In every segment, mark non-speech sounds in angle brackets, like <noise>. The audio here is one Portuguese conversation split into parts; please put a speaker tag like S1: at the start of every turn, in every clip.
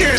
S1: your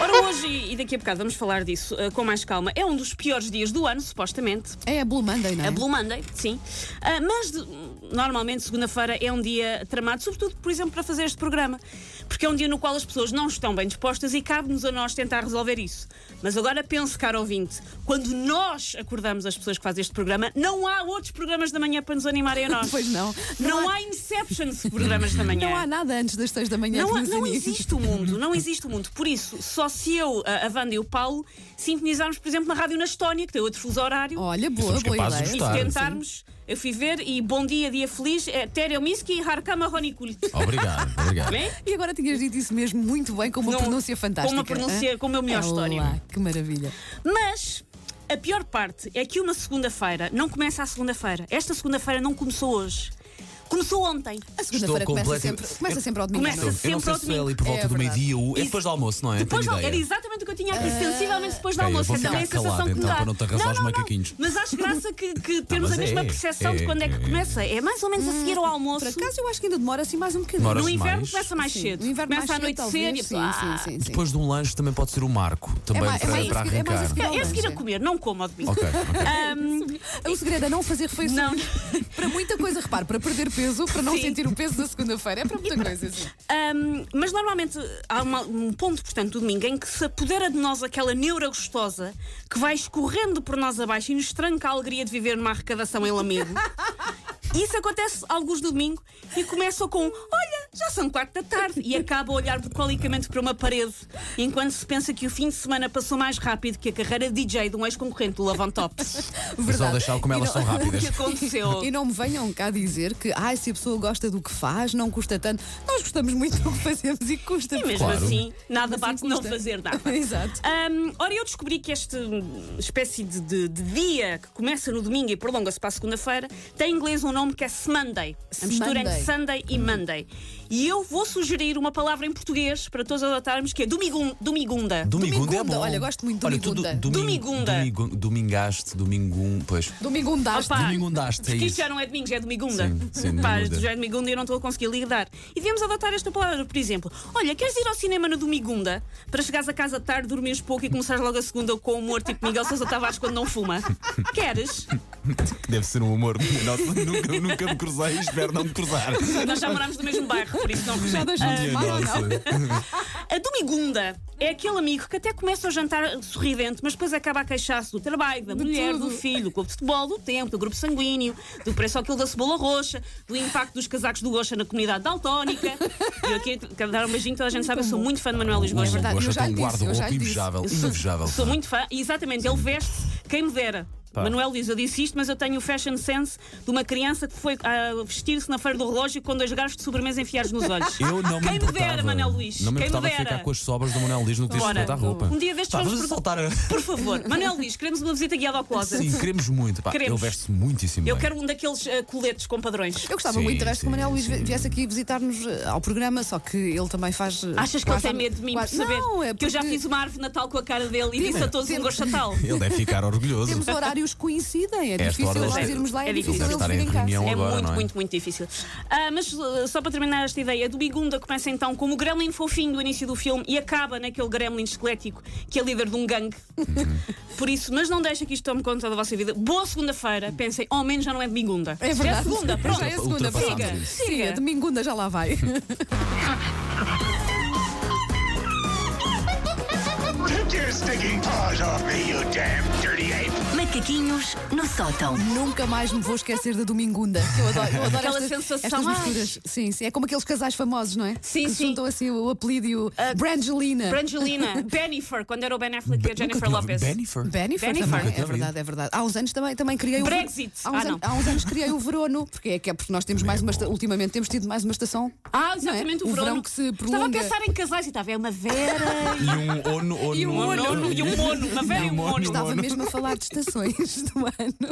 S2: Ora, hoje e daqui a bocado vamos falar disso eh, com mais calma. É um dos piores dias do ano, supostamente.
S3: É a Blue Monday, não é?
S2: A Blue Monday, sim. Ah, mas de- normalmente segunda-feira é um dia tramado, sobretudo, por exemplo, para fazer este programa. Porque é um dia no qual as pessoas não estão bem dispostas e cabe-nos a nós tentar resolver isso. Mas agora penso, caro ouvinte, quando nós acordamos as pessoas que fazem este programa, não há outros programas da manhã para nos animarem a nós.
S3: <laughs> Pois não.
S2: Não, há Inceptions de programas da manhã.
S3: Não há nada antes das 6 da manhã.
S2: Não, há-
S3: meus
S2: não
S3: amigos.
S2: existe o mundo, não existe o mundo. Por isso, só se eu, a a Wanda e o Paulo sintonizarmos, por exemplo, na rádio na Estónia, que tem outro fuso horário,
S3: Olha, boa,
S4: Somos
S3: boa
S4: capazes
S3: ideia.
S4: de
S2: e
S4: claro,
S2: tentarmos. Eu fui ver e bom dia, dia feliz, é Tereo Miski e Harkama Ronikult.
S4: Oh. Obrigado, obrigado.
S2: Bem?
S3: E agora tinhas dito isso mesmo muito bem, com uma
S2: Não,
S3: pronúncia fantástica.
S2: com uma pronúncia-
S3: hã?
S2: com o meu melhor
S3: Olá,
S2: história.
S3: Que maravilha.
S2: Mas a pior parte é que uma segunda-feira não começa a segunda-feira. Esta segunda-feira não começou hoje. Começou ontem.
S3: A segunda-feira começa,
S4: completamente-
S3: sempre, começa sempre ao domingo.
S2: Começa
S3: não é?
S4: Eu não
S2: sempre
S4: sei
S2: ao
S4: se é
S2: domingo.
S4: ali por volta
S3: É
S4: do
S3: verdade.
S4: meio-dia, ou- é depois do almoço, não é?
S2: Depois
S4: Tenho
S2: do- era
S4: ideia.
S2: exatamente o que eu tinha aqui,
S3: Ah.
S2: sensivelmente depois do
S4: ok, eu
S2: almoço.
S4: vou
S2: Essa é a
S4: ficar
S2: sensação
S4: calado,
S2: que me
S4: então,
S2: dá.
S4: para não te arrasar
S2: não,
S4: os
S2: não,
S4: macaquinhos.
S2: Mas acho graça que,
S4: <laughs>
S2: que temos
S4: mas
S2: a mesma
S4: é,
S2: percepção de
S4: é,
S2: quando é, que
S4: é.
S2: começa. É mais ou menos a seguir ao almoço.
S3: Ah, Por acaso eu acho que ainda demora assim mais um bocadinho.
S4: Demora
S2: No
S4: Mas
S2: inverno
S4: mais-
S2: começa mais
S3: Sim,
S2: cedo.
S3: no inverno
S2: começa
S3: mais
S2: à noite
S3: cedo,
S2: cedo e a
S3: talvez.
S2: pessoa.
S3: Sim,
S2: "Ah,
S3: sim, sim, sim.
S4: Depois de um lanche também pode ser o marco, também
S3: mais- é
S4: para,
S3: mais a
S4: para
S3: seguir- é mais a
S4: arrancar.
S3: seguir ao
S2: É a seguir a
S3: Sim.
S2: comer, não como ao domingo.
S4: Ok,
S3: <laughs>
S4: ok. É
S3: O segredo é não fazer refeições.
S2: Não.
S3: <laughs> para muita coisa, repare, para perder peso, para não
S2: Sim.
S3: sentir o peso da segunda-feira, é para muita coisa. Sim.
S2: Ahm, mas normalmente há uma- um ponto, portanto, do domingo em que se apodera de nós aquela neura gostosa que vai escorrendo por nós abaixo e nos tranca a alegria de viver numa arrecadação em
S3: <laughs>
S2: Lamego. Isso acontece alguns do domingo e começa com Olha, já são quatro da tarde e acaba a olhar bucolicamente para uma parede enquanto se pensa que o fim de semana passou mais rápido que a carreira de DJ de um ex-concorrente do Love on Top.
S4: Pessoal, deixá-lo como
S3: E
S4: elas
S3: não-
S4: são
S2: O
S3: <laughs>
S4: rápidas.
S2: que aconteceu?
S3: E não me venham cá dizer que ai, se a pessoa gosta do que faz, não custa tanto. Nós gostamos muito do que fazemos e custa.
S2: E mesmo
S4: Claro.
S2: assim, nada
S3: Mas assim
S2: bate não
S3: custa.
S2: fazer nada.
S3: <laughs> Exato.
S2: Ahm, ora, eu descobri que esta hum, espécie de, de- de dia que começa no domingo e prolonga-se para a segunda-feira tem em inglês um nome que é Sunday. A mistura entre
S3: Sunday.
S2: Sunday e Monday. E eu vou sugerir uma palavra em português para todos adotarmos que é domigun- domigunda.
S4: Domingunda é
S3: Domingunda,
S4: bom.
S3: olha, gosto muito de
S4: Olha, tu do-
S3: domingunda.
S4: domingo-
S2: Domingunda.
S4: domingo- Domingaste, domingum. Pois.
S3: Domingo um daste.
S2: Opa.
S4: Domingundaste, é
S2: Porque isto
S4: isso.
S2: já não é domingo, já é domingunda. <laughs>
S4: Sim, sim,
S2: Pá,
S4: domingunda.
S2: já é domingunda e eu não estou a conseguir lidar. E devemos adotar esta palavra, por exemplo. Olha, queres ir ao cinema no domingunda para chegares a casa tarde, dormires pouco e começares logo a segunda com humor tipo Miguel Sousa Tavares quando não
S4: <laughs>
S2: fuma? Queres?
S4: Que deve ser um humor. Nossa, <laughs> nunca, nunca me cruzei, espero não me cruzar.
S2: Nós já morámos no mesmo bairro, por isso não
S3: Já
S2: rejeito.
S3: deixou de mal Ah, ou não?
S4: Nossa.
S2: A Domingunda é aquele amigo que até começa o jantar sorridente, mas depois acaba a queixar-se do trabalho, da mulher,
S3: tudo.
S2: do filho, do clube de futebol, do tempo, do grupo sanguíneo, do preço àquilo da cebola roxa, do impacto dos casacos do Gocha na comunidade daltónica. E eu aqui quero dar um beijinho, toda a gente sabe, eu sou muito fã de Manuel Luís
S4: O
S2: Gocha.
S3: É verdade, eu
S4: Gosta
S3: já
S4: tem um
S3: lhe disse, eu já
S4: guarda-roupa
S3: lhe disse.
S4: invejável.
S2: Eu sou-
S4: Invejejável.
S2: Sou muito fã, e exatamente, ele veste-se, quem me dera. Manuel Luís, eu disse isto, mas eu tenho o fashion sense de uma criança que foi ah, vestir-se na feira do relógio com dois garfos de sobremesa enfiados nos olhos.
S4: Eu não me
S2: Quem me
S4: importava.
S2: dera, Manuel Luís.
S4: Não me
S2: quem me
S4: importava
S2: dera.
S4: ficar com as sobras do Manuel Luís no que diz
S2: Ora,
S4: respeito à roupa.
S2: um dia destes
S4: Pá,
S2: vamos
S4: vamos assaltar a...
S2: <laughs> Por favor, Manuel Luís, queremos uma visita guiada ao closet.
S4: Sim, queremos muito. Pá,
S2: Queremos.
S4: Ele veste muitíssimo
S2: Eu
S4: bem.
S2: quero um daqueles ah, coletes com padrões.
S3: Eu gostava
S4: Sim,
S3: muito de que o
S4: sim,
S3: Manuel Luís
S4: sim.
S3: viesse aqui visitar-nos eh, ao programa, só que ele também faz. eh,
S2: Achas que ele
S3: quase-
S2: tem medo de mim por
S3: quase-
S2: saber
S3: Não, é
S2: que eu já
S3: porque
S2: fiz uma árvore de Natal com a cara dele e disse a todos um
S3: temos-
S2: gosto de Natal?
S4: Ele deve ficar orgulhoso.
S3: <laughs> Temos horários que coincidem, é
S4: Esta hora
S3: difícil
S4: deve
S3: nós
S4: ser-
S3: irmos lá, é,
S2: é
S3: difícil
S2: difícil.
S3: eles
S4: Deve estar em
S3: virem cá.
S4: reunião.
S2: É
S4: agora,
S2: muito,
S4: não é?
S2: muito, muito difícil. Ah, mas ah, só para terminar esta ideia, do Bigunda começa então como o gremlin fofinho do início do filme e acaba naquele gremlin esquelético que é líder de um gangue.
S3: Uhum.
S2: Por isso, mas não deixa que isto tome conta da vossa vida. Boa segunda-feira, pensem, ao menos já não é de Bigunda.
S3: É verdade.
S2: É segunda, pronto.
S3: Já é segunda,
S4: Ultrapassamos
S3: siga.
S4: isso.
S3: Siga, domingunda já lá vai.
S1: Take your stinking paws off me, you damn dirty ape!
S5: Macaquinhos no sótão.
S3: Nunca mais me vou esquecer da Domingunda. que Eu adoro, eu adoro
S2: Aquela
S3: estas,
S2: sensação,
S3: estas
S2: ai.
S3: misturas. Sim, sim. É como aqueles casais famosos, não é?
S2: Sim,
S3: que se
S2: sim. Ah,
S3: juntam assim o, o apelido e o Brangelina.
S2: Brangelina, Bennifer, quando era o Ben Affleck e a Jennifer
S4: Nunca tinha-
S2: Lopez.
S4: Bennifer?
S2: Bennifer.
S3: Bennifer, também,
S4: Nunca
S3: é
S4: tinha
S3: verdade, é verdade. Há uns anos também, também criei o
S2: Brexit.
S3: Há uns,
S2: Ah,
S3: anos,
S2: não.
S3: há uns anos criei o Verono, porque é que é porque nós temos mais uma esta- ultimamente temos tido mais uma estação.
S2: Ah,
S3: não é?
S2: exatamente, o,
S3: o
S2: verão.
S3: verão que se
S2: Estava a
S3: prolonga.
S2: pensar em casais e estava, é uma Vera.
S4: E um ono, ono,
S2: e um mono, e um mono, uma Vera e um mono.
S3: Estava mesmo a falar de estações <laughs> do ano.